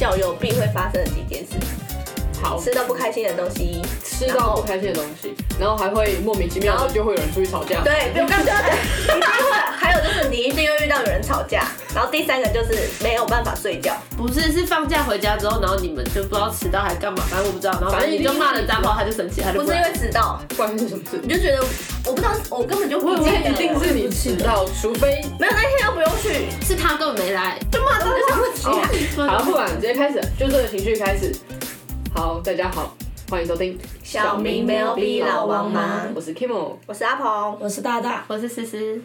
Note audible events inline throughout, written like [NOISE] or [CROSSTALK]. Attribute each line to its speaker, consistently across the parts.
Speaker 1: 导游必会发生的几件事：
Speaker 2: 好
Speaker 1: 吃到不开心的东西，
Speaker 2: 吃到不开心的东西，然后还会莫名其妙
Speaker 1: 然
Speaker 2: 的
Speaker 1: 后
Speaker 2: 就会有人出去吵架。
Speaker 1: 对，我刚刚对，一定会。还有就是你一定会遇到有人吵架，然后第三个就是没有办法睡觉。
Speaker 3: 不是，是放假回家之后，然后你们就不知道迟到还干嘛，反正我不知道，然后
Speaker 2: 反
Speaker 3: 反
Speaker 2: 正
Speaker 3: 正你就
Speaker 2: 一定是
Speaker 3: 骂了脏话，他就生气，他就
Speaker 1: 不
Speaker 3: 不
Speaker 1: 是因
Speaker 3: 来
Speaker 1: 为迟到，
Speaker 2: 关是什么事？
Speaker 1: 你就觉得我不知道，我根本就不
Speaker 2: 我以
Speaker 1: 记
Speaker 2: 为
Speaker 1: 得
Speaker 2: 一定是你迟到，除非
Speaker 1: 没有那天又不用去，
Speaker 3: 是他根本没来。
Speaker 1: 就骂脏话不起
Speaker 2: 哦
Speaker 1: 来。
Speaker 2: 好，不管，直接开始，就这个情绪开始。好，大家好，欢迎收听《
Speaker 1: 小明没有比老王忙
Speaker 2: 我是 Kimo。
Speaker 1: 我是阿鹏，
Speaker 4: 我是大大，
Speaker 3: 我是思思，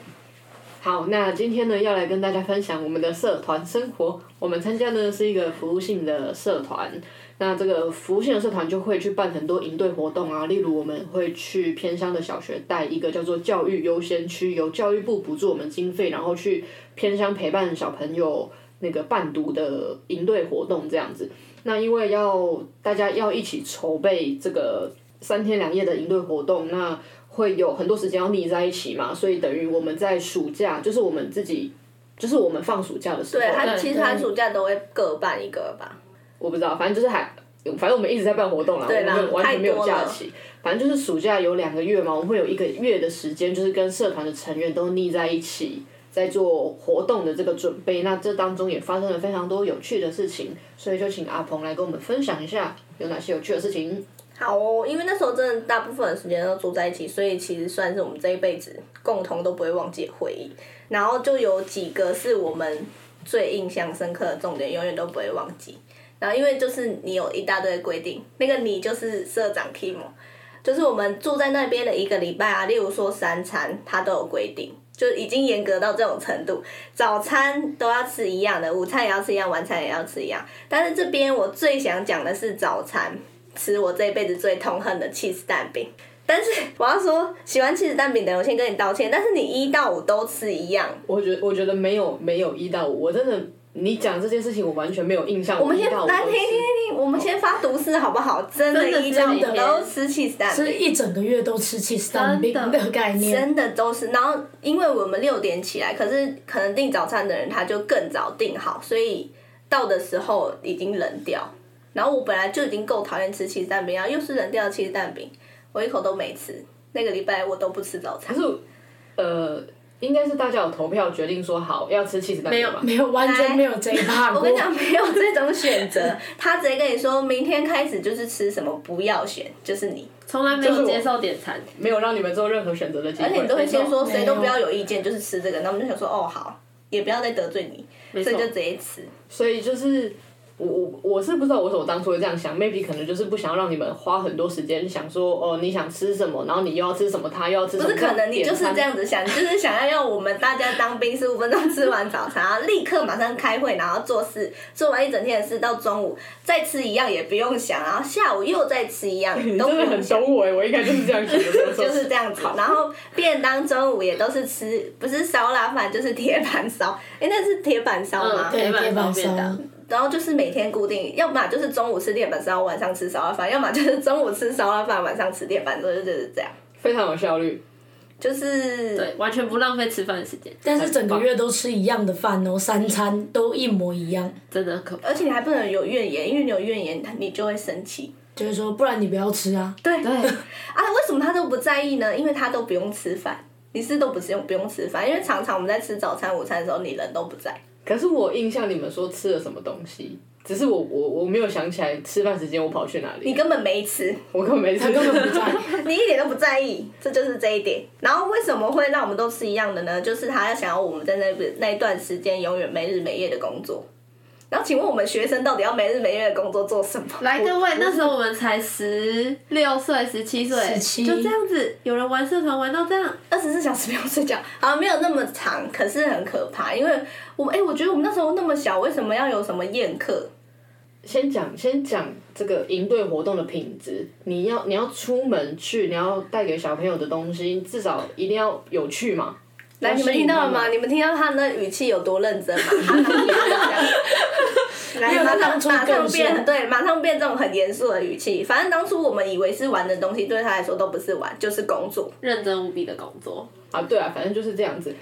Speaker 2: 好，那今天呢，要来跟大家分享我们的社团生活。我们参加的是一个服务性的社团，那这个服务性的社团就会去办很多营队活动啊，例如我们会去偏乡的小学带一个叫做教育优先区，由教育部补助我们经费，然后去偏乡陪伴小朋友那个伴读的营队活动这样子。那因为要大家要一起筹备这个三天两夜的营队活动，那会有很多时间要腻在一起嘛，所以等于我们在暑假，就是我们自己，就是我们放暑假的时候，
Speaker 1: 对他
Speaker 3: 对
Speaker 1: 其实寒暑假都会各办一个吧。
Speaker 2: 我不知道，反正就是还，反正我们一直在办活动啦，
Speaker 1: 对啦
Speaker 2: 我们就完全没有
Speaker 1: 太多
Speaker 2: 假
Speaker 1: 了
Speaker 2: 期。反正就是暑假有两个月嘛，我们会有一个月的时间，就是跟社团的成员都腻在一起，在做活动的这个准备。那这当中也发生了非常多有趣的事情，所以就请阿鹏来跟我们分享一下有哪些有趣的事情。
Speaker 1: 好哦，因为那时候真的大部分的时间都住在一起，所以其实算是我们这一辈子共同都不会忘记的回忆。然后就有几个是我们最印象深刻的重点，永远都不会忘记。然后因为就是你有一大堆规定，那个你就是社长 Kim，o 就是我们住在那边的一个礼拜啊，例如说三餐，它都有规定。就已经严格到这种程度，早餐都要吃一样的，午餐也要吃一样，晚餐也要吃一样。但是这边我最想讲的是早餐，吃我这一辈子最痛恨的 cheese 蛋饼。但是我要说，喜欢 cheese 蛋饼的人，我先跟你道歉。但是你一到五都吃一样，
Speaker 2: 我觉我觉得没有没有一到五，我真的你讲这件事情我完全没有印象。
Speaker 1: 我们
Speaker 2: 一
Speaker 1: 先
Speaker 2: 到五
Speaker 1: 来
Speaker 2: 都
Speaker 1: 听听
Speaker 2: 是
Speaker 1: 听听，我们先发毒誓好不好？真的，
Speaker 3: 真的
Speaker 1: 一到五
Speaker 3: 真的
Speaker 1: 都吃 cheese 蛋饼
Speaker 4: 是。一整个月都吃起司蛋饼
Speaker 3: 真的
Speaker 4: 的概念，
Speaker 1: 真的都是，然后因为我们六点起来，可是可能订早餐的人他就更早订好，所以到的时候已经冷掉。然后我本来就已经够讨厌吃起司蛋饼，然后啊又是冷掉的起司蛋饼，我一口都没吃。那个礼拜我都不吃早餐
Speaker 2: 可，是，呃，应该是大家有投票决定说好要吃 cheese 蛋
Speaker 3: 没
Speaker 2: 饼
Speaker 3: 有
Speaker 2: 吧？
Speaker 4: 没有完全没有这一趴
Speaker 1: 哎我
Speaker 4: 过
Speaker 1: 跟。你讲， [LAUGHS] 没有这种选择，他直接跟你说明天开始就是吃什么，不要选，就是你，
Speaker 3: 从来没有接受点餐，
Speaker 2: 没有让你们做任何选择的机会。
Speaker 1: 而且你都会先说谁都不
Speaker 4: 没有
Speaker 1: 要有意见，就是吃这个。那我们就想说，哦好，也不要再得罪你，
Speaker 3: 错
Speaker 1: 所以就直接吃。
Speaker 2: 所以就是我我我是不知道我为什么当初会这样想，maybe 可能就是不想让你们花很多时间想说哦你想吃什么，然后你又要吃什么，他又要吃什
Speaker 1: 不
Speaker 2: 么。
Speaker 1: 是可能你就是
Speaker 2: 点餐
Speaker 1: 这。样子想，你就是想要让我们大家当兵十五分钟吃完早餐，然后立刻马上开会，然后做事，做完一整天的事到中午再吃一样也不用想，然后下午又再吃一样，
Speaker 2: [LAUGHS] 你
Speaker 1: 都
Speaker 2: 真
Speaker 1: 不
Speaker 2: 的
Speaker 1: 用
Speaker 2: 很
Speaker 1: 想。
Speaker 2: 懂我哎，我应该就是
Speaker 1: [LAUGHS]
Speaker 2: 这样想的。
Speaker 1: 就是这样子
Speaker 2: 好，
Speaker 1: 然后便当中午也都是吃，不是烧腊饭就是铁板烧，哎、那是铁板烧吗？
Speaker 3: 嗯
Speaker 4: 对，
Speaker 3: 铁板
Speaker 4: 铁板烧
Speaker 3: 烧便
Speaker 1: 然后就是每天固定，要么就是中午吃铁板烧，晚上吃烧腊饭，要么就是中午吃烧腊饭，晚上吃铁板烧，就是这样，
Speaker 2: 非常有效率。
Speaker 1: 就是
Speaker 3: 对，完全不浪费吃饭的时间，
Speaker 4: 但是整个月都吃一样的饭哦，三餐都一模一样，
Speaker 3: 真的很可怕。
Speaker 1: 而且你还不能有怨言，因为你有怨言，你就会生气。
Speaker 4: 就是说不然你不要吃
Speaker 1: [LAUGHS]
Speaker 4: 啊。
Speaker 1: 对
Speaker 3: 对，
Speaker 1: 啊，为什么他都不在意呢？因为他都不用吃饭，你是都不是用不用吃饭，因为常常我们在吃早餐、午餐的时候，你人都不在。
Speaker 2: 可是我印象你们说吃了什么东西，只是我我我没有想起来吃饭时间我跑去哪
Speaker 1: 你
Speaker 2: 里，
Speaker 1: 根本没吃，
Speaker 2: 我根本没吃，
Speaker 4: 他根本不在，
Speaker 1: 你一点都不在意，这就是这一点。然后为什么会让我们都吃一样的呢？就是他想要我们在那边那一段时间永远没日没夜的工作。然后请问我们学生到底要没日没夜的工作做什么？ [LAUGHS]
Speaker 3: 来各位，那时候我们才十六岁、十七岁，
Speaker 4: 17
Speaker 3: 就这样子，有人玩社团玩到这样，
Speaker 1: 二十四小时没有睡觉，好像没有那么长，可是很可怕。因为我们哎、我觉得我们那时候那么小，为什么要有什么宴客？
Speaker 2: 先讲先讲这个营队活动的品质，你要你要出门去，你要带给小朋友的东西，至少一定要有趣嘛。
Speaker 1: 来，你们听到了吗？
Speaker 2: 要吸引他
Speaker 1: 你们听到他那语气有多认真吗？他哪里有这样 [LAUGHS] 来，
Speaker 4: 没有
Speaker 1: 马
Speaker 4: 他当
Speaker 1: 上
Speaker 4: 初
Speaker 1: 马上
Speaker 4: 更
Speaker 1: 变，
Speaker 4: 是
Speaker 1: 对，马上变这种很严肃的语气。反正当初我们以为是玩的东西，对他来说都不是玩，就是工作。
Speaker 3: 认真无比的工作。
Speaker 2: 啊，对啊，反正就是这样子。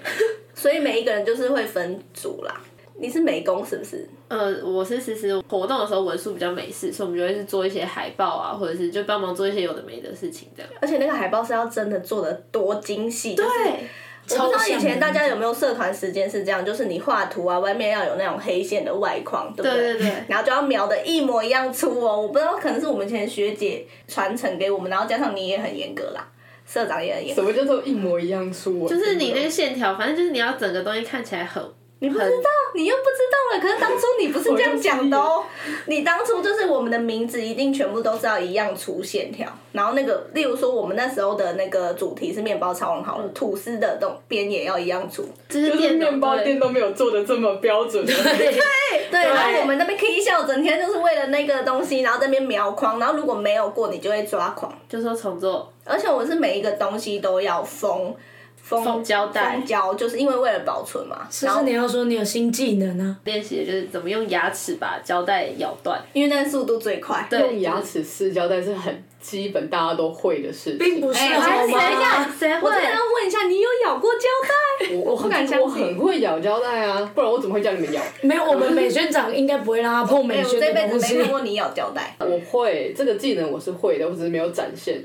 Speaker 1: 所以每一个人就是会分组啦。你是美工是不是？
Speaker 3: 呃，我是其实活动的时候文书比较美式，所以我们就会去做一些海报啊，或者是就帮忙做一些有的没的事情这样。
Speaker 1: 而且那个海报是要真的做的多精细，对
Speaker 3: 对，
Speaker 1: 我不知道
Speaker 4: 超像
Speaker 1: 以前
Speaker 4: 的
Speaker 1: 大家有没有社团时间是这样，就是你画图啊，外面要有那种黑线的外框，对不
Speaker 3: 对对对
Speaker 1: 然后就要描的一模一样粗哦。我不知道，可能是我们以前学姐传承给我们，然后加上你也很严格啦，社长也很严格
Speaker 2: 什。么叫做一模一样粗？
Speaker 3: 就是你那个线条，反正就是你要整个东西看起来很。你不
Speaker 1: 不知道，你又不知道了。可是当初你不是这样讲的哦。你当初就是我们的名字一定全部都是要一样粗线条，然后那个，例如说我们那时候的那个主题是面包超人好了，吐司的这种边也要一样粗。
Speaker 3: 就是
Speaker 2: 就是
Speaker 3: 电脑
Speaker 2: 面包
Speaker 3: 对
Speaker 2: 店都没有做的这么标准的。
Speaker 1: 对，然后我们那边 K 笑，整天就是为了那个东西，然后在那边描框，然后如果没有过，你就会抓狂。
Speaker 3: 就说重做，
Speaker 1: 而且我是每一个东西都要封封
Speaker 3: 封胶带
Speaker 1: 封胶就是因为为了保存嘛。
Speaker 4: 是
Speaker 1: 然
Speaker 4: 不是
Speaker 1: 后
Speaker 4: 你要说你有新技能啊？
Speaker 1: 哎
Speaker 3: 练习的就是怎么用牙齿把胶带咬断。
Speaker 1: 因为那速度最快。
Speaker 3: 对
Speaker 2: 用 [LAUGHS] 牙齿撕胶带是很基本大家都会的事情，
Speaker 4: 并不是啊
Speaker 1: 哎
Speaker 4: 好
Speaker 1: 谁敢
Speaker 4: 吗？
Speaker 3: 谁
Speaker 1: 我真的要问一下，你有咬过胶带？
Speaker 2: 哎我我很
Speaker 1: 不敢相信
Speaker 2: 我很会咬胶带啊，不然我怎么会叫你们咬？
Speaker 4: 没有，我们美宣长应该不会让他碰
Speaker 1: 哎
Speaker 4: 美
Speaker 1: 我
Speaker 4: 宣
Speaker 1: 这辈
Speaker 4: 的
Speaker 1: 子
Speaker 4: 东
Speaker 1: 没
Speaker 4: 西
Speaker 1: 看。过你咬胶带。
Speaker 2: 我会这个技能我是会的，我只是没有展现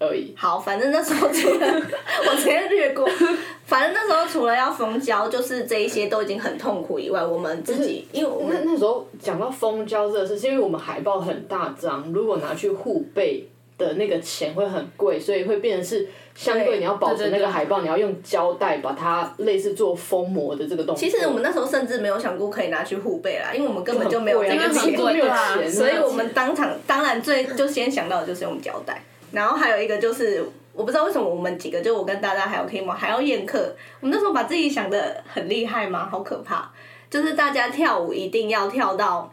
Speaker 2: 而已。
Speaker 1: 好，反正那时候除了我直接略过，反正那时候除了要封胶，就是这一些都已经很痛苦以外，我们自己因为我
Speaker 2: 那
Speaker 1: 们
Speaker 2: 那时候讲到封胶这个事，是因为我们海报很大张，如果拿去互背的那个钱会很贵，所以会变成是相对
Speaker 1: 对
Speaker 2: 你要保存
Speaker 3: 对对
Speaker 2: 那
Speaker 3: 对
Speaker 2: 个海报，你要用胶带把它类似做封膜的这个动作。
Speaker 1: 其实我们那时候甚至没有想过可以拿去互背啦，因为我们根本就没有这
Speaker 2: 因
Speaker 3: 因为
Speaker 1: 个
Speaker 3: 很
Speaker 1: 钱
Speaker 3: 贵。
Speaker 2: [LAUGHS] 没有
Speaker 3: 对啊
Speaker 2: 钱，
Speaker 1: 所以我们当场当然最就先想到的就是用胶带，然后还有一个就是我不知道为什么我们几个就我跟大家还有 K 嘛还要宴客，我们那时候把自己想的很厉害嘛，好可怕！就是大家跳舞一定要跳到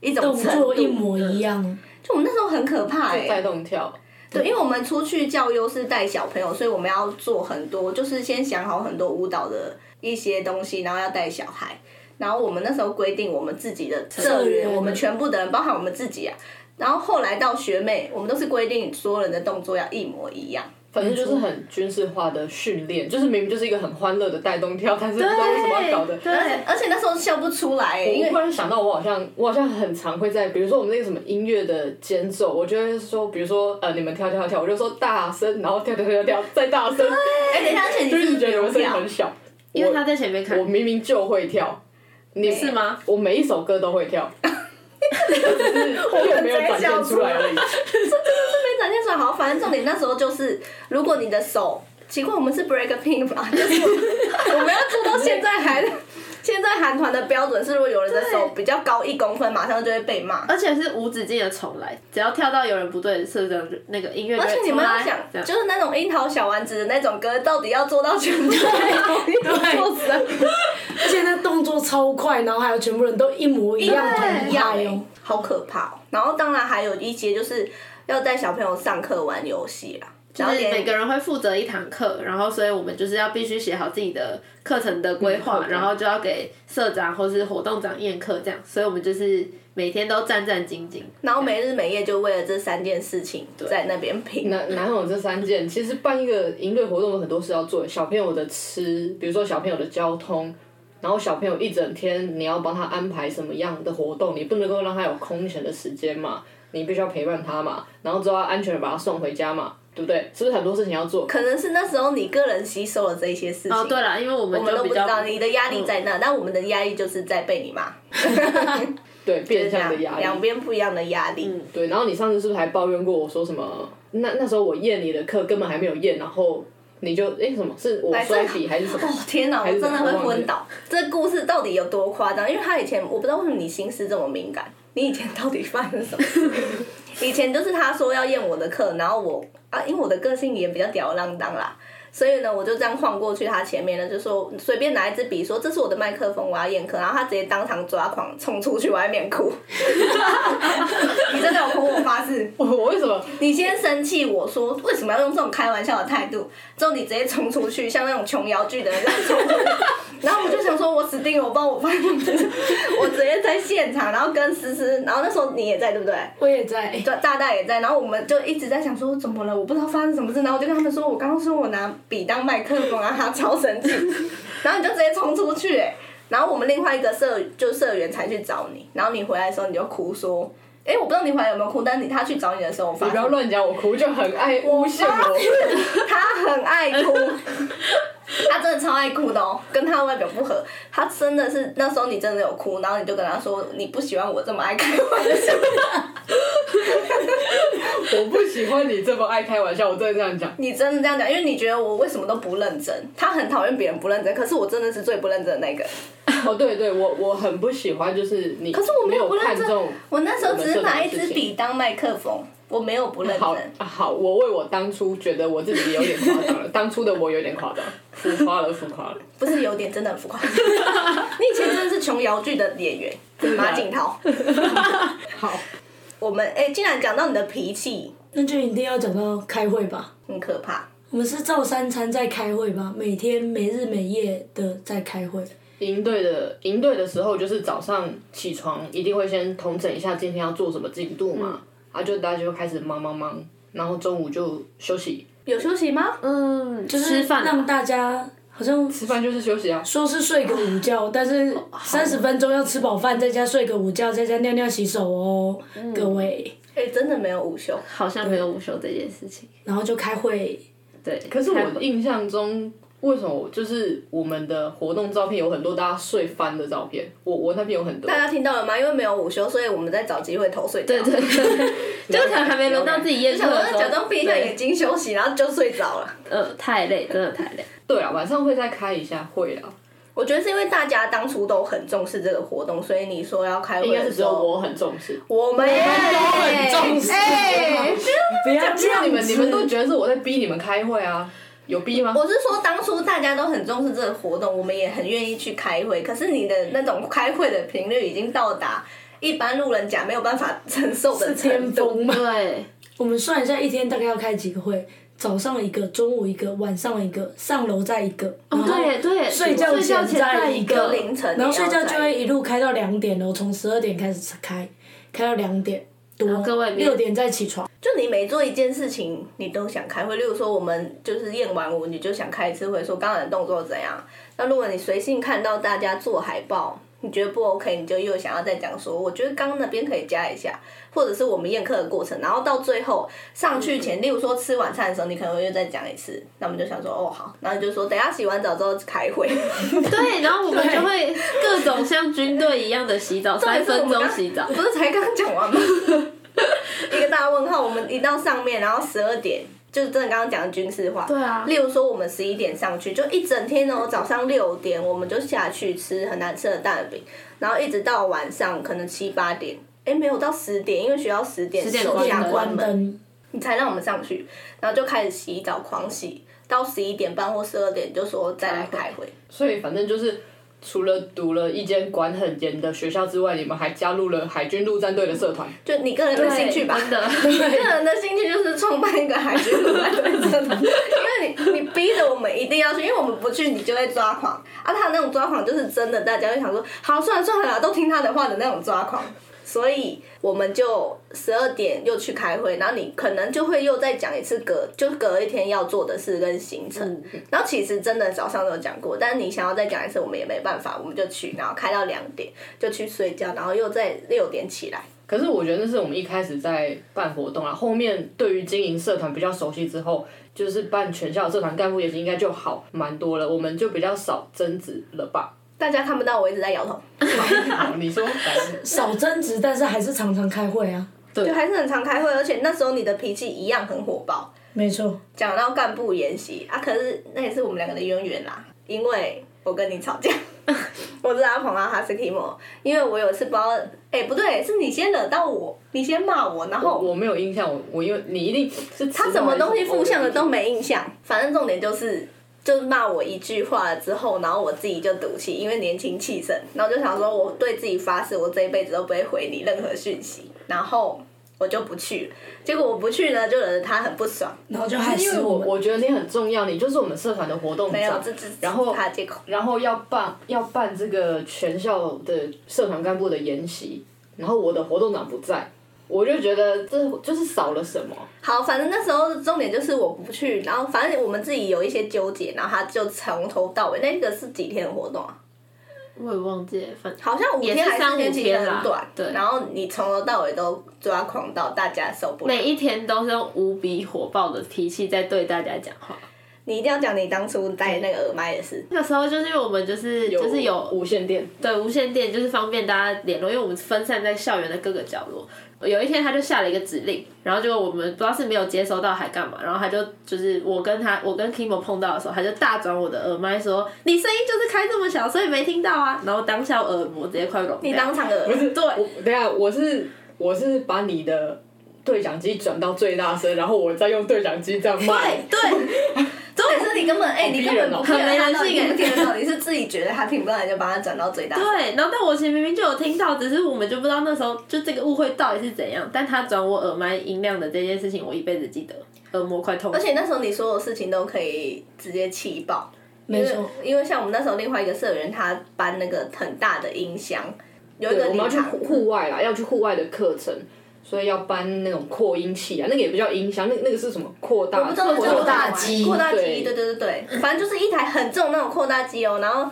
Speaker 1: 一种
Speaker 4: 动
Speaker 1: 程度，
Speaker 4: 作一模一样，
Speaker 1: 就我们那时候很可怕哎、
Speaker 2: 带动跳。
Speaker 1: 对，因为我们出去教优是带小朋友，所以我们要做很多，就是先想好很多舞蹈的一些东西，然后要带小孩。然后我们那时候规定我们自己的社员，
Speaker 2: 嗯
Speaker 4: 员
Speaker 1: 我们全部的人，包含我们自己啊。然后后来到学妹，我们都是规定所有人的动作要一模一样。
Speaker 2: 反正就是很军事化的训练，就是明明就是一个很欢乐的带动跳，但是不知道为什么要搞的。
Speaker 3: 对
Speaker 1: 而且而且那时候笑不出来、欸因
Speaker 2: 我
Speaker 1: 为
Speaker 2: 忽然想到，我好像我好像很常会在，比如说我们那个什么音乐的间奏，我就会说，比如说呃，你们跳跳跳，我就说大声，然后跳跳跳跳，再大声，
Speaker 1: 哎，等一下，而且你
Speaker 2: 就是是觉得我
Speaker 1: 流
Speaker 2: 声音
Speaker 1: 票，
Speaker 2: 很小。
Speaker 3: 因为他在前面看
Speaker 2: 我，明明就会跳，你
Speaker 3: 是？吗？
Speaker 2: 我每一首歌都会跳， [LAUGHS] 我又没有展现出来而已。
Speaker 1: 没展现出来。好，反正重点那时候就是，如果你的手，奇怪，我们是 break pin 吧？就是
Speaker 3: [LAUGHS]
Speaker 1: 我我们要做到现在韩现在韩团的标准是，如果有人的手比较高一公分，马上就会被骂。
Speaker 3: 而且是无止境的重来，只要跳到有人不对，社长就那个音乐就
Speaker 1: 而
Speaker 3: 会
Speaker 1: 且你
Speaker 3: 重
Speaker 1: 们要
Speaker 3: 来
Speaker 1: 想，
Speaker 3: 这样
Speaker 1: 就是那种樱桃小丸子的那种歌，到底要做到全部 [LAUGHS] 做死了
Speaker 4: 而且那动作超快，然后还有全部人都一模一样，很
Speaker 1: 一
Speaker 4: 厉
Speaker 1: 样
Speaker 4: 害
Speaker 1: 欸
Speaker 4: 哦。，
Speaker 1: 好可怕哦。然后当然还有一些就是要带小朋友上课玩游戏啦，然后
Speaker 3: 就是
Speaker 1: 连
Speaker 3: 每个人会负责一堂课，然后所以我们就是要必须写好自己的课程的规
Speaker 1: 嗯
Speaker 3: 划，然后就要给社长或是活动长宴客这样，所以我们就是每天都战战兢兢。
Speaker 1: 然后每日每夜就为了这三件事情在那边拼。
Speaker 2: 哪哪有这三件？其实办一个营队活动有很多事要做，小朋友的吃，比如说小朋友的交通，然后小朋友一整天你要帮他安排什么样的活动，你不能够让他有空闲的时间嘛，你必须要陪伴他嘛，然后之后要安全的把他送回家嘛，对不对？是不是很多事情要做？
Speaker 1: 可能是那时候你个人吸收了这一些事情。
Speaker 3: 哦，对了，因为我们
Speaker 1: 我们
Speaker 3: 就
Speaker 1: 都
Speaker 3: 比
Speaker 1: 不知
Speaker 3: 较嗯
Speaker 1: 道你的压力在那，但我们的压力就是在被你骂，
Speaker 2: 对，变相的
Speaker 1: 两
Speaker 2: 压
Speaker 1: 两
Speaker 2: 力。
Speaker 1: 边不一样的压力。
Speaker 3: 嗯
Speaker 2: 对，然后你上次是不是还抱怨过我说什么？那那时候我验你的课根本还没有验，然后你就哎、什么是我
Speaker 1: 这
Speaker 2: 摔笔还是什么？
Speaker 1: 哦天哪，我
Speaker 2: 还是
Speaker 1: 真的会
Speaker 2: 我忘记
Speaker 1: 昏倒！这故事到底有多夸张？因为他以前我不知道为什么你心思这么敏感，你以前到底犯了什么事？以前就是他说要验我的课，然后我啊，因为我的个性也比较吊儿郎当啦，所以呢，我就这样晃过去他前面呢，就说随便拿一支笔说这是我的麦克风，我要验课，然后他直接当场抓狂，冲出去外面哭。 [LAUGHS] 你真的有哭？我发誓。
Speaker 2: 我我为什么？
Speaker 1: 你先生气，我说为什么要用这种开玩笑的态度？之后你直接冲出去，像那种琼瑶剧的人这样冲出去。然后我就想说，我死定了，我帮我发现， [LAUGHS] 我直接在现场，然后跟思思，然后那时候你也在，对不对？
Speaker 4: 我也在，
Speaker 1: 就大大也在，然后我们就一直在想说怎么了，我不知道发生什么事，然后我就跟他们说， [LAUGHS] 我刚刚说我拿笔当麦克风啊，他超生气，然后你就直接冲出去、欸，然后我们另外一个社就社员才去找你，然后你回来的时候你就哭说，哎、我不知道你回来有没有哭，但你他去找你的时候，我发
Speaker 2: 你不要乱讲，我哭就很爱诬陷我。
Speaker 1: 他很爱 [LAUGHS] 哭，他真的超爱哭的哦，跟他的外表不合。他真的是那时候你真的有哭，然后你就跟他说你不喜欢我这么爱开玩 [LAUGHS] 笑，
Speaker 2: [LAUGHS] 我不喜欢你这么爱开玩笑，我真的这样讲。
Speaker 1: 你真的这样讲，因为你觉得我为什么都不认真。他很讨厌别人不认真，可是我真的是最不认真的那个。
Speaker 2: 哦，对对，我我很不喜欢，就是你，可
Speaker 1: 可是我
Speaker 2: 没
Speaker 1: 有不认
Speaker 2: 看
Speaker 1: 真
Speaker 2: 中，
Speaker 1: 我那时候只是拿一
Speaker 2: 我们
Speaker 1: 支
Speaker 2: 社团的事
Speaker 1: 笔
Speaker 2: 情。
Speaker 1: 当麦克风，我没有不认
Speaker 2: [LAUGHS] 好
Speaker 1: 真。
Speaker 2: 好，我为我当初觉得我自己有点夸张了， [LAUGHS] 当初的我有点夸张，浮夸了，浮夸了。
Speaker 1: 不是有点真的很浮夸。 [LAUGHS] 你以前真的是琼瑶剧的演员，马景涛。
Speaker 2: 好，
Speaker 1: 我们哎、竟然讲到你的脾气，
Speaker 4: 那就一定要讲到开会吧。
Speaker 1: 很可怕。
Speaker 4: 我们是照三餐在开会吧，每天每日每夜的在开会。
Speaker 2: 营队的营队的时候，就是早上起床一定会先统整一下今天要做什么进度嘛，啊，就大家就开始忙忙忙，然后中午就休息，
Speaker 1: 有休息吗？
Speaker 3: 嗯，
Speaker 4: 就是
Speaker 3: 吃饭
Speaker 4: 让
Speaker 3: 啊
Speaker 4: 大家好像
Speaker 2: 吃饭就是休息啊。
Speaker 4: 说是睡个午觉，但是三十分钟要吃饱饭，在家睡个午觉，在家尿尿洗手哦，各位。
Speaker 1: 哎、真的没有午休。
Speaker 3: 好像没有午休这件事情。
Speaker 4: 然后就开会，
Speaker 3: 对，
Speaker 2: 可是
Speaker 3: 太
Speaker 1: [LAUGHS]
Speaker 2: 我印象中，为什么我就是我们的活动照片有很多大家睡翻的照片？我我那边有很多
Speaker 1: 大。家听到了吗？因为没有午休，所以我们在找机会偷睡觉。
Speaker 3: 对对
Speaker 1: [LAUGHS]
Speaker 3: 对，就可能还没轮到自己夜课
Speaker 1: 想
Speaker 3: 的
Speaker 1: 说
Speaker 3: 时候，
Speaker 1: 假装闭一下
Speaker 3: 对
Speaker 1: 眼，睛休息，然后就睡着了。
Speaker 3: 呃，太累，真的
Speaker 1: [LAUGHS]
Speaker 3: 太累。
Speaker 2: 对啊，晚上会再开一下会啊啦，
Speaker 1: 我觉得是因为大家当初都很重视这个活动，所以你说要开会
Speaker 2: 应该
Speaker 1: 的
Speaker 2: 是只
Speaker 1: 时
Speaker 2: 有
Speaker 1: 候，
Speaker 2: 我很重视。
Speaker 1: 我们也
Speaker 4: 很重视
Speaker 1: 哎
Speaker 4: 不要这
Speaker 2: 这样
Speaker 4: 样
Speaker 2: 你们
Speaker 4: 子
Speaker 2: 你们都觉得是我在逼你们开会啊？有逼吗？
Speaker 1: 我是说，当初大家都很重视这个活动，我们也很愿意去开会。可是你的那种开会的频率已经到达一般路人甲没有办法承受的
Speaker 4: 巅
Speaker 1: 程度。
Speaker 4: 峰嘛。
Speaker 3: 对，
Speaker 4: 我们算一下，一天大概要开几个会？早上一个，中午一个，晚上一个，上楼再一个，然
Speaker 3: 哦，
Speaker 4: 后
Speaker 3: 对对，
Speaker 4: 睡觉
Speaker 3: 睡觉前
Speaker 4: 前再
Speaker 3: 一
Speaker 4: 一
Speaker 1: 个
Speaker 4: 个
Speaker 1: 凌晨
Speaker 4: 然后睡觉
Speaker 1: 也要再
Speaker 4: 就会一路开到两点哦，从十二点开始开，开到两点多
Speaker 3: 后各位，
Speaker 4: 六点再起床。
Speaker 1: 就你每做一件事情，你都想开会。例如说，我们就是验完舞，你就想开一次会，说刚才的动作怎样。那如果你随性看到大家做海报，你觉得不 OK，你就又想要再讲说，我觉得刚刚那边可以加一下，或者是我们验课的过程，然后到最后上去
Speaker 3: 嗯
Speaker 1: 前，例如说吃晚餐的时候，你可能会又再讲一次。那我们就想说，哦好，然后你就说等一下洗完澡之后开
Speaker 3: [LAUGHS]
Speaker 1: 会。
Speaker 3: 对，然后我们就会各种像军队一样的洗
Speaker 1: [LAUGHS]
Speaker 3: 澡，三分钟洗澡
Speaker 1: 不。是才刚讲完吗？ [LAUGHS] 一个大问号，我们一到上面，然后十二点，就是真的刚刚讲的军事化。
Speaker 3: 对啊
Speaker 1: 例如说，我们十一点上去，就一整天哦，早上六点我们就下去吃很难吃的蛋饼，然后一直到晚上可能七八点，哎，没有到十点，因为学校十点
Speaker 3: 10点
Speaker 1: 手
Speaker 3: 关
Speaker 1: 下
Speaker 3: 门
Speaker 1: 关门，
Speaker 4: 灯，
Speaker 1: 你才让我们上去，然后就开始洗澡狂洗，到十一点半或十二点就说再来开会。
Speaker 2: 所以反正就是除了读了一间管很严的学校之外，你们还加入了海军陆战队的社团。
Speaker 1: 就你个人的兴趣吧，
Speaker 3: 真的
Speaker 1: 你 [LAUGHS] 个人的兴趣就是创办一个海军陆战队社团，因为你你逼着我们一定要去，因为我们不去你就会抓狂啊。他那种抓狂就是真的，大家会想说，好算了算了啦，都听他的话的那种抓狂。所以我们就十二点又去开会，然后你可能就会又再讲一次隔，就隔一天要做的事跟行程。
Speaker 3: 嗯
Speaker 1: 然后其实真的早上都有讲过，但是你想要再讲一次，我们也没办法，我们就去，然后开到两点就去睡觉，然后又在六点起来。
Speaker 2: 可是我觉得那是我们一开始在办活动啊，后面对于经营社团比较熟悉之后，就是办全校的社团干部也应该就好蛮多了，我们就比较少争执了吧？
Speaker 1: 大家看不到我一直在摇头，
Speaker 2: [LAUGHS] 好，你 [LAUGHS] 说，
Speaker 4: 少争执，但是还是常常开会啊。
Speaker 1: 就还是很常开会，而且那时候你的脾气一样很火爆。
Speaker 4: 没错，
Speaker 1: 讲到干部研习啊，可是那也是我们两个的渊源啦，因为我跟你吵架， [LAUGHS] 我是阿鹏啊，他是 Timo，因为我有一次不知道，哎、不对，是你先惹到我，你先骂我，然后
Speaker 2: 哦我没有印象，我我因为你一定是
Speaker 1: 他什么东西负向的都没印象，反正重点就是就是骂我一句话了之后，然后我自己就赌气，因为年轻气盛，然后就想说我对自己发誓，我这一辈子都不会回你任何讯息，然后我就不去了。结果我不去呢，就惹得他很不爽，
Speaker 4: 然后就害
Speaker 2: 因为
Speaker 4: 死
Speaker 2: 我
Speaker 4: 们。
Speaker 2: 我觉得你很重要，你就是我们社团的活动
Speaker 1: 没有
Speaker 2: 长
Speaker 1: 这这
Speaker 3: [LAUGHS]
Speaker 1: 这，
Speaker 2: 然后
Speaker 1: 他的借口。
Speaker 2: 然后要办要办这个全校的社团干部的研习，然后我的活动长不在，我就觉得这就是少了什么。
Speaker 1: 好，反正那时候重点就是我不去，然后反正我们自己有一些纠结，然后他就从头到尾，那个是几天的活动啊？
Speaker 3: 我也忘记了，反正
Speaker 1: 好像五天
Speaker 3: 也是
Speaker 1: 还
Speaker 3: 三
Speaker 1: 四
Speaker 3: 五
Speaker 1: 天，其实
Speaker 3: 天啦
Speaker 1: 很短。
Speaker 3: 对
Speaker 1: 然后你从头到尾都抓狂到大家受不了。
Speaker 3: 每一天都是用无比火爆的脾气在对大家讲话。
Speaker 1: 你一定要讲你当初戴那个耳麦的事。
Speaker 3: 那时候就是因为我们就是就是有
Speaker 2: 无线电，
Speaker 3: 对无线电，就是方便大家联络，因为我们分散在校园的各个角落。有一天他就下了一个指令，然后就我们不知道是没有接收到还干嘛，然后他就就是我跟他我跟 Kimo 碰到的时候，他就大转我的耳麦说：“你声音就是开这么小，所以没听到啊。”然后当下我耳膜直接快聋掉。
Speaker 1: 你当场耳
Speaker 2: 不 [LAUGHS] 是
Speaker 3: 对
Speaker 2: 我等一下我是我是把你的对讲机转到最大声，然后我再用对讲机这样骂你。
Speaker 3: 对，
Speaker 1: 重点是 [LAUGHS] 你根本哎、你根本不
Speaker 3: 很没人性
Speaker 1: 哎，听得到，你是自己觉得他听不到，你就把他转到最大声。
Speaker 3: 对，然后但我其实明明就有听到，只是我们就不知道那时候就这个误会到底是怎样。但他转我耳麦音量的这件事情，我一辈子记得，耳膜快痛。
Speaker 1: 而且那时候你所有事情都可以直接气爆，
Speaker 4: 没
Speaker 1: 因为
Speaker 4: 错，
Speaker 1: 因为像我们那时候另外一个社员，他搬那个很大的音箱，有一
Speaker 2: 对
Speaker 1: 个
Speaker 2: 我们要
Speaker 1: 礼
Speaker 2: 去
Speaker 1: 堂
Speaker 2: 户户外啦，要去户外的课程，所以要搬那种扩音器啊，那个也不叫音箱，那那个是什么扩大？
Speaker 1: 不知道
Speaker 2: 扩
Speaker 1: 扩
Speaker 2: 大
Speaker 4: 机
Speaker 1: 扩大
Speaker 2: 对
Speaker 1: 机，对对对对，反正就是一台很重那种扩大机哦，然后。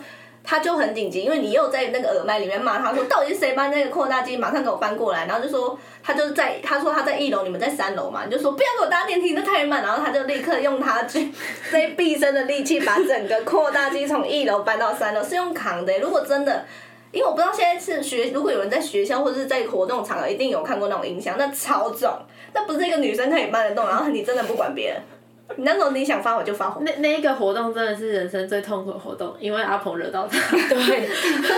Speaker 1: 他就很紧急，因为你又在那个耳麦里面骂他说，到底是谁搬那个扩大机，马上给我搬过来。然后就说他就是在他说他在一楼，你们在三楼嘛，你就说不要给我搭电梯，那太慢。然后他就立刻用他去这毕生的力气把整个扩大机从一楼搬到三楼，是用扛的。如果真的，因为我不知道现在是学，如果有人在学校或者是在活动场合，一定有看过那种音箱，那超重，那不是一个女生可以搬得动。然后你真的不管别人，你那时候你想发火就发火。
Speaker 3: 那那一个活动真的是人生最痛苦的活动，因为阿鹏惹到他，
Speaker 4: 对，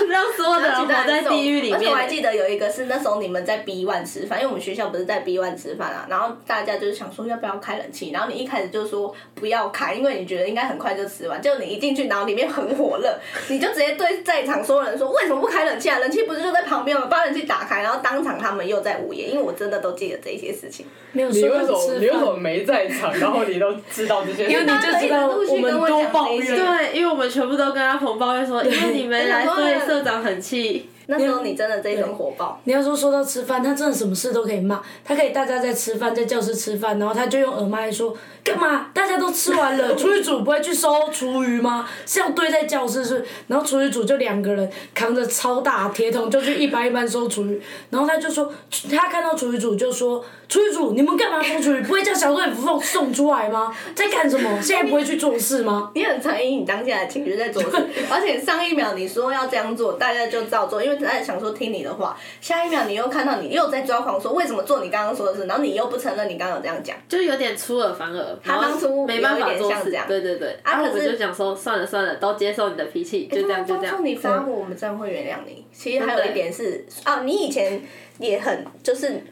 Speaker 3: 让所有的人活在地狱里
Speaker 1: 而且我还
Speaker 3: 面。
Speaker 1: 记得有一个是那时候你们在 B one 吃饭，因为我们学校不是在 B one 吃饭啊，然后大家就是想说要不要开冷气，然后你一开始就说不要开，因为你觉得应该很快就吃完，结果你一进去，然后里面很火热， [LAUGHS] 你就直接对在场所有人说为什么不开冷气啊？冷气不是就在旁边吗？把冷气打开，然后当场他们又在午夜，因为我真的都记得这些事情。
Speaker 4: 没有
Speaker 2: 你
Speaker 4: 说
Speaker 2: 为
Speaker 4: 到
Speaker 2: 什么
Speaker 4: 吃
Speaker 2: 你为什么
Speaker 4: 饭，
Speaker 2: 没在场？然后你都知道这些事
Speaker 4: 因为你
Speaker 2: 情，
Speaker 4: 就知道我们多抱
Speaker 1: 因为
Speaker 4: 怨，
Speaker 3: 对，因为我们全部都跟阿鹏抱怨说，因为你没来，
Speaker 1: 对
Speaker 3: 所以社长很气。
Speaker 1: 那时候你真的这一种火爆，
Speaker 4: 你要说说到吃饭，他真的什么事都可以骂，他可以大家在吃饭，在教室吃饭，然后他就用耳麦说干嘛？大家都吃完了，厨余组不会去收厨余吗？是要堆在教室是不是？然后厨余组就两个人扛着超大铁桶就去一班一班收厨余，然后他就说，他看到厨余组就说，厨余组你们干嘛收厨余？不会叫小队服送送出来吗？在干什么？现在不会去做事吗？
Speaker 1: 你很常以你当下的情绪在做事，
Speaker 3: [LAUGHS]
Speaker 1: 而且上一秒你说要这样做，大家就照做，因为大家想说听你的话，下一秒你又看到你又在抓狂，说为什么做你刚刚说的事，然后你又不承认你刚刚有这样讲。
Speaker 3: 就有点出尔反尔，
Speaker 1: 他
Speaker 3: 然后
Speaker 1: 当初
Speaker 3: 没办法
Speaker 1: 有一点
Speaker 3: 做
Speaker 1: 像
Speaker 3: 事
Speaker 1: 这，样
Speaker 3: 对对对。
Speaker 1: 啊
Speaker 3: 然后我
Speaker 1: 可是
Speaker 3: 们就想说，算了算了，都接受你的脾气，就这样就
Speaker 1: 当
Speaker 3: 这样嗯
Speaker 1: 初。你发火，我们真的会原谅你。其实还有一点是，啊，你以前也很就是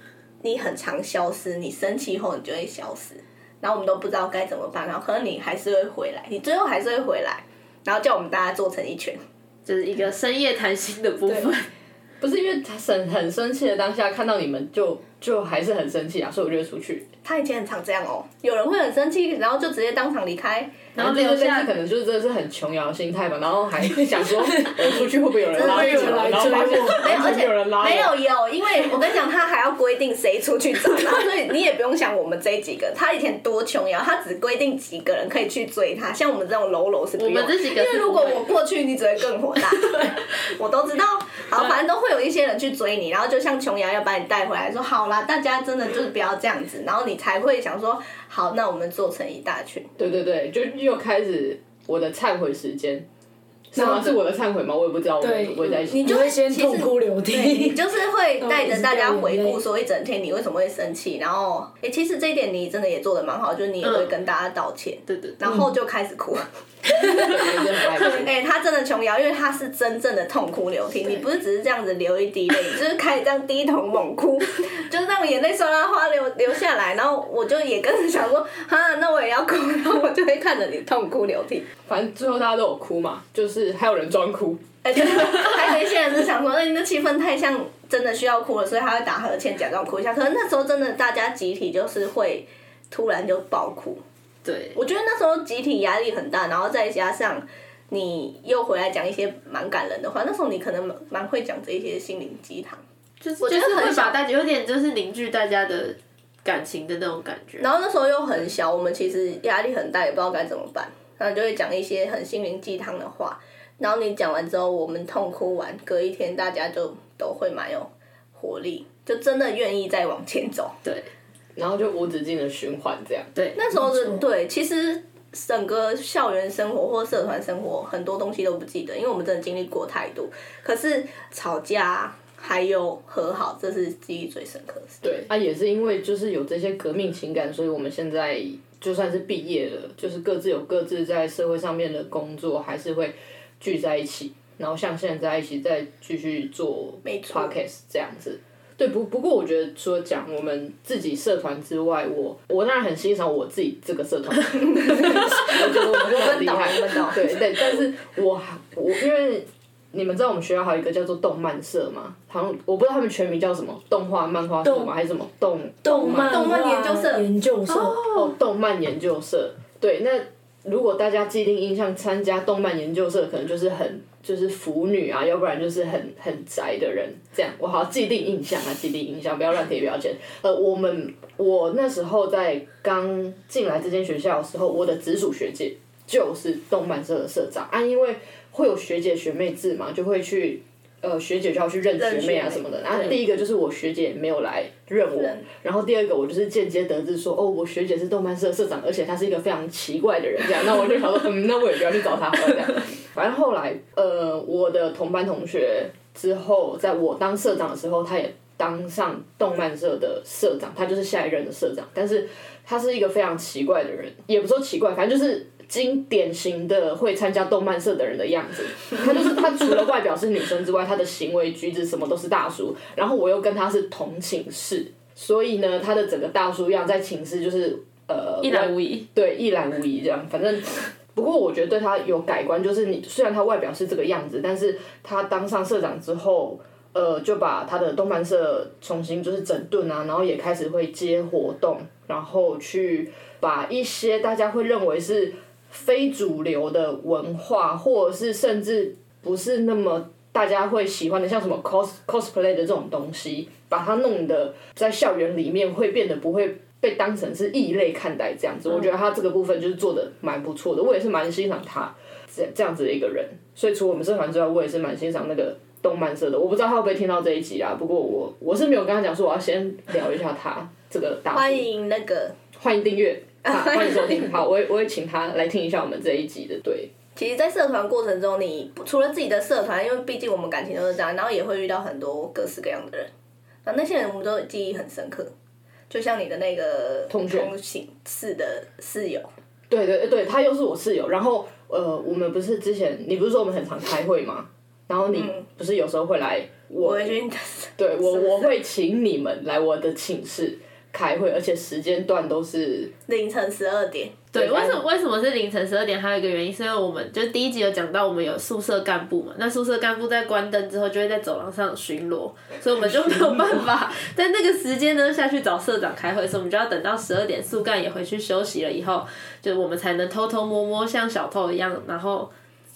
Speaker 1: 你很常消失，你生气后你就会消失，然后我们都不知道该怎么办，然后可能你还是会回来，你最后还是会回来，然后叫我们大家做成一圈。
Speaker 3: 就是一个深夜谈心的部分。
Speaker 2: 不是因为他很很生气的当下看到你们就就还是很生气啊，所以我就出去。
Speaker 1: 他以前很常这样哦，有人会很生气，然后就直接当场离开，
Speaker 3: 然后
Speaker 2: 这
Speaker 3: 留
Speaker 2: 个
Speaker 3: 下
Speaker 2: 可能就是真的是很琼瑶的心态吧，然后还想说我出去会不会有人拉
Speaker 4: 会有
Speaker 2: 我，
Speaker 4: 人来
Speaker 2: 然后
Speaker 4: 追
Speaker 2: 发现
Speaker 4: 我
Speaker 1: 没有，而
Speaker 2: 完全没
Speaker 1: 且
Speaker 2: 有人拉我，
Speaker 1: 没有有，因为我跟你讲，他还要规定谁出去找，然后 [LAUGHS] 所以你也不用想我们这几个，他以前多穷呀，他只规定几个人可以去追他，像我们这种喽喽是不
Speaker 3: 我
Speaker 1: 用的，
Speaker 3: 们这几个
Speaker 1: 因为
Speaker 3: 是
Speaker 1: 如
Speaker 3: 不
Speaker 1: 果
Speaker 3: 会
Speaker 1: 我过去，你只会更火
Speaker 3: [LAUGHS]
Speaker 1: 大。我都知道，好，反正都会有一些人去追你，然后就像琼瑶要把你带回来，说好啦，大家真的就是不要这样子，然后你才会想说，好，那我们做成一大群。
Speaker 2: 对对对，就又开始我的忏悔时间，是吗？是我的忏悔吗？我也不知道，我
Speaker 4: 对
Speaker 2: 我也在想 [LAUGHS]
Speaker 1: 你就
Speaker 4: 会先
Speaker 1: 其实
Speaker 4: 痛哭流
Speaker 1: 对你
Speaker 4: 涕， [LAUGHS]
Speaker 1: 就是会带着大家回
Speaker 4: 嗯
Speaker 1: 顾说一整天你为什么会生气，然后哎、诶其实这一点你真的也做的蛮好，就是你也会跟大家道歉，
Speaker 3: 对对对。
Speaker 1: 然后就开始哭。
Speaker 2: 我真的很害怕
Speaker 1: 哎、他真的琼瑶，因为他是真正的痛哭流涕，你不是只是这样子流一滴泪，你就是开始这样低头猛哭，就是那种眼泪唰啦哗流流下来，然后我就也跟着想说，哈，那我也要哭，然后我就会看着你痛哭流涕。
Speaker 2: 反正最后大家都有哭嘛，就是还有人装哭，
Speaker 1: 哎、对， [LAUGHS] 还有一些人是想说，哎、你的气氛太像真的需要哭了，所以他会打呵欠，假装哭一下。可是那时候真的大家集体就是会突然就爆哭，
Speaker 3: 对，
Speaker 1: 我觉得那时候集体压力很大，然后再加上你又回来讲一些蛮感人的话，那时候你可能蛮蛮会讲这一些心灵鸡汤。
Speaker 3: 就是
Speaker 1: 觉
Speaker 3: 就
Speaker 1: 得
Speaker 3: 是
Speaker 1: 很
Speaker 3: 会
Speaker 1: 少
Speaker 3: 把大家有点就是凝聚大家的感情的那种感觉。
Speaker 1: 然后那时候又很小，我们其实压力很大，也不知道该怎么办，然后就会讲一些很心灵鸡汤的话。然后你讲完之后，我们痛哭完，隔一天大家就都会蛮有活力，就真的愿意再往前走。
Speaker 3: 对
Speaker 2: 然后就无止境的循环这样。
Speaker 3: 对，
Speaker 1: 那时候
Speaker 4: 没
Speaker 1: 的
Speaker 4: 错
Speaker 1: 对，其实整个校园生活或社团生活，很多东西都不记得，因为我们真的经历过太多。可是吵架还有和好，这是记忆最深刻的事。
Speaker 2: 对，啊，也是因为就是有这些革命情感，所以我们现在就算是毕业了，就是各自有各自在社会上面的工作，还是会聚在一起，然后像现在一起再继续做
Speaker 1: 没错
Speaker 2: podcast 这样子。对，不不过我觉得除了讲我们自己社团之外，我我当然很欣赏我自己这个社
Speaker 1: [LAUGHS]
Speaker 2: 团，我觉得我们真的很厉害
Speaker 1: 我们懂我们懂，
Speaker 2: 对对，但是我我因为你们知道我们学校还有一个叫做动漫社嘛，好像我不知道他们全名叫什么，动画漫画社
Speaker 4: 动
Speaker 2: 吗？还是什么动
Speaker 4: 动漫
Speaker 1: 动漫研究社
Speaker 4: 研究社，
Speaker 2: 哦动漫研究社？对，那如果大家既定印象参加动漫研究社，可能就是很就是腐女啊，要不然就是很很宅的人这样。我好既定印象啊，既定印象，不要乱贴标签。呃，我们我那时候在刚进来这间学校的时候，我的直属学姐就是动漫社的社长啊，因为会有学姐学妹制嘛，就会去。呃，学姐就要去认
Speaker 1: 认
Speaker 2: 学妹啊
Speaker 1: 学妹
Speaker 2: 什么的。然后第一个就是我学姐没有来认我，然后第二个我就是间接得知说，哦，我学姐是动漫社社长，而且她是一个非常奇怪的人，这样。那我就想说，嗯，那我也不要去找她好了。这样反正后来，呃，我的同班同学之后，在我当社长的时候，他也当上动漫社的社长，他就是下一任的社长。但是他是一个非常奇怪的人，也不说奇怪，反正就是经典型的会参加动漫社的人的样
Speaker 3: [LAUGHS]
Speaker 2: 子。他就是他除了外表是女生之外，他的行为举止什么都是大叔。然后我又跟他是同寝室，所以呢，他的整个大叔样在寝室就是呃
Speaker 3: 一览无遗。
Speaker 2: 对，一览无遗这样。反正，不过我觉得对他有改观，就是你虽然他外表是这个样子，但是他当上社长之后，呃，就把他的动漫社重新就是整顿啊，然后也开始会接活动，然后去把一些大家会认为是非主流的文化，或者是甚至不是那么。大家会喜欢的，像什么 cos cosplay 的这种东西，把它弄得在校园里面会变得不会被当成是异类看待这样
Speaker 1: 嗯
Speaker 2: 子。我觉得他这个部分就是做的蛮不错的，我也是蛮欣赏他这这样子的一个人。所以除我们社团之外，我也是蛮欣赏那个动漫社的。我不知道他会不会听到这一集啦，不过我我是没有跟他讲说我要先聊一下他这个大叔
Speaker 1: 欢迎那个，
Speaker 2: 欢迎订 [LAUGHS] 阅。啊、欢迎收听，好，我会我会请他来听一下我们这一集的，对，
Speaker 1: 其实，在社团过程中，你除了自己的社团，因为毕竟我们感情都是这样，然后也会遇到很多各式各样的人，那那些人我们都记忆很深刻。就像你的那个
Speaker 2: 同学
Speaker 1: 同寝室的室友，
Speaker 2: 对对对，他又是我室友。然后呃，我们不是之前你不是说我们很常开会吗？然后你不是有时候会来嗯我
Speaker 1: 我会去，
Speaker 2: 对我我会请你们来我的寝室开会，而且时间段都是
Speaker 1: 凌晨十二点，
Speaker 3: 对，为
Speaker 2: 反
Speaker 3: 什
Speaker 2: 正
Speaker 3: 么为什么是凌晨十二点？还有一个原因，是因为我们就第一集有讲到，我们有宿舍干部嘛。那宿舍干部在关灯之后，就会在走廊上巡逻，所以我们就没有办法 [LAUGHS] 在那个时间呢下去找社长开会，所以我们就要等到十二点，宿干也回去休息了以后，就我们才能偷偷摸摸像小偷一样，然后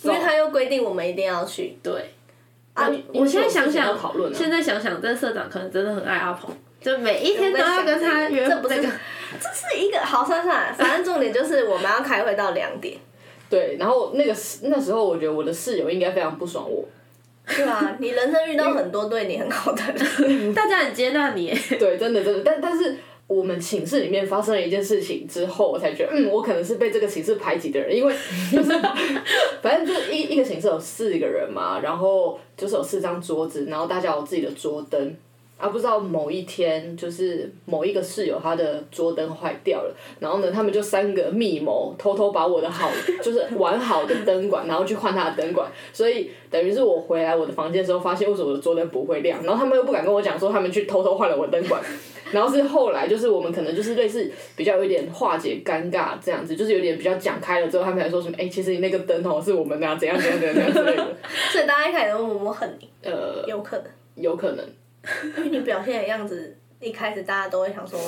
Speaker 1: 因为他又规定我们一定要去。
Speaker 3: 对。
Speaker 1: 啊，
Speaker 3: 我现
Speaker 2: 因为有
Speaker 3: 在想
Speaker 2: 事情要
Speaker 3: 想，
Speaker 2: 讨论啊
Speaker 3: 现在想想，这社长可能真的很爱阿鹏，就每一天都要跟他约
Speaker 1: 这不是
Speaker 3: 那个
Speaker 1: 是一个好算了算了，反正重点就是我们要开会到两点，
Speaker 2: 对。然后那个时那时候，我觉得我的室友应该非常不爽我。
Speaker 1: 对吧？你人生遇到很多对你很好的人，
Speaker 3: 大家很接纳你，
Speaker 2: 对，真的真的，但但是我们寝室里面发生了一件事情之后，我才觉得，嗯，我可能是被这个寝室排挤的人，因为 [LAUGHS] 就是反正就是一一个寝室有四个人嘛，然后就是有四张桌子，然后大家有自己的桌灯。啊，不知道某一天就是某一个室友他的桌灯坏掉了，然后呢，他们就三个密谋，偷偷把我的好就是完好的灯管，然后去换他的灯管， [LAUGHS] 所以等于是我回来我的房间的时候，发现为什么我的桌灯不会亮，然后他们又不敢跟我讲说他们去偷偷换了我的灯管， [LAUGHS] 然后是后来就是我们可能就是类似比较有点化解尴尬这样子，就是有点比较讲开了之后，他们才说什么，哎、其实你那个灯哦是我们的、啊，怎样怎样怎样怎样之类的，
Speaker 1: 所以大家一开始都默默恨你，[LAUGHS]
Speaker 2: 呃，
Speaker 1: 有可能，
Speaker 2: 有可能。
Speaker 1: 因为你表现的样子，一开始大家都会想说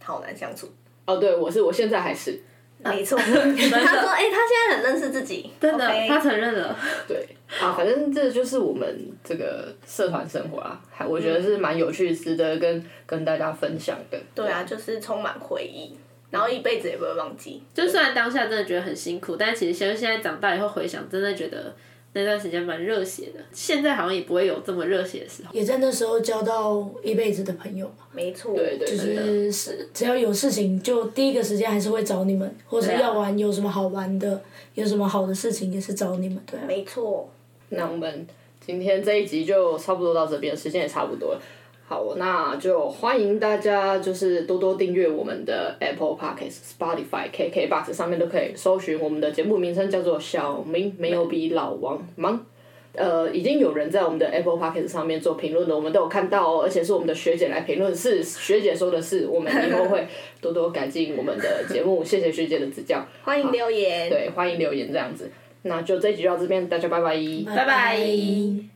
Speaker 1: 好难相处。
Speaker 2: 哦，对，我是我现在还是
Speaker 3: 啊
Speaker 1: 没
Speaker 3: [LAUGHS]
Speaker 1: 错，他说：“哎、他现在很认识自己，
Speaker 3: 真的
Speaker 1: OK
Speaker 3: 他承认了。
Speaker 2: 对啊，反正这就是我们这个社团生活啦，还我觉得是蛮有趣，值得跟跟大家分享的。
Speaker 1: 对啊，就是充满回忆，然后一辈子也不会忘记。
Speaker 3: 就虽然当下真的觉得很辛苦，但其实现在现在长大以后回想，真的觉得那段时间蛮热血的。现在好像也不会有这么热血的时候。
Speaker 4: 也在那时候交到一辈子的朋友嘛，
Speaker 1: 没错，
Speaker 2: 对对
Speaker 4: 就
Speaker 2: 真的
Speaker 4: 是是只要有事情就第一个时间还是会找你们，或是
Speaker 3: 对啊
Speaker 4: 要玩有什么好玩的，有什么好的事情也是找你们，对啊、
Speaker 1: 没错。
Speaker 2: 那我们今天这一集就差不多到这边，时间也差不多了。好，那就欢迎大家就是多多订阅我们的 Apple Podcast、Spotify、KKBox 上面都可以搜寻我们的节目名称叫做“小明没有比老王忙”。呃，已经有人在我们的 Apple Podcast 上面做评论了，我们都有看到哦，而且是我们的学姐来评论，是学姐说的是，我们以后会多多改进我们的节目，谢谢学姐的指教，
Speaker 1: 欢迎留言，
Speaker 2: 对，欢迎留言这样子，那就这一集就到这边，大家拜拜。
Speaker 3: 拜拜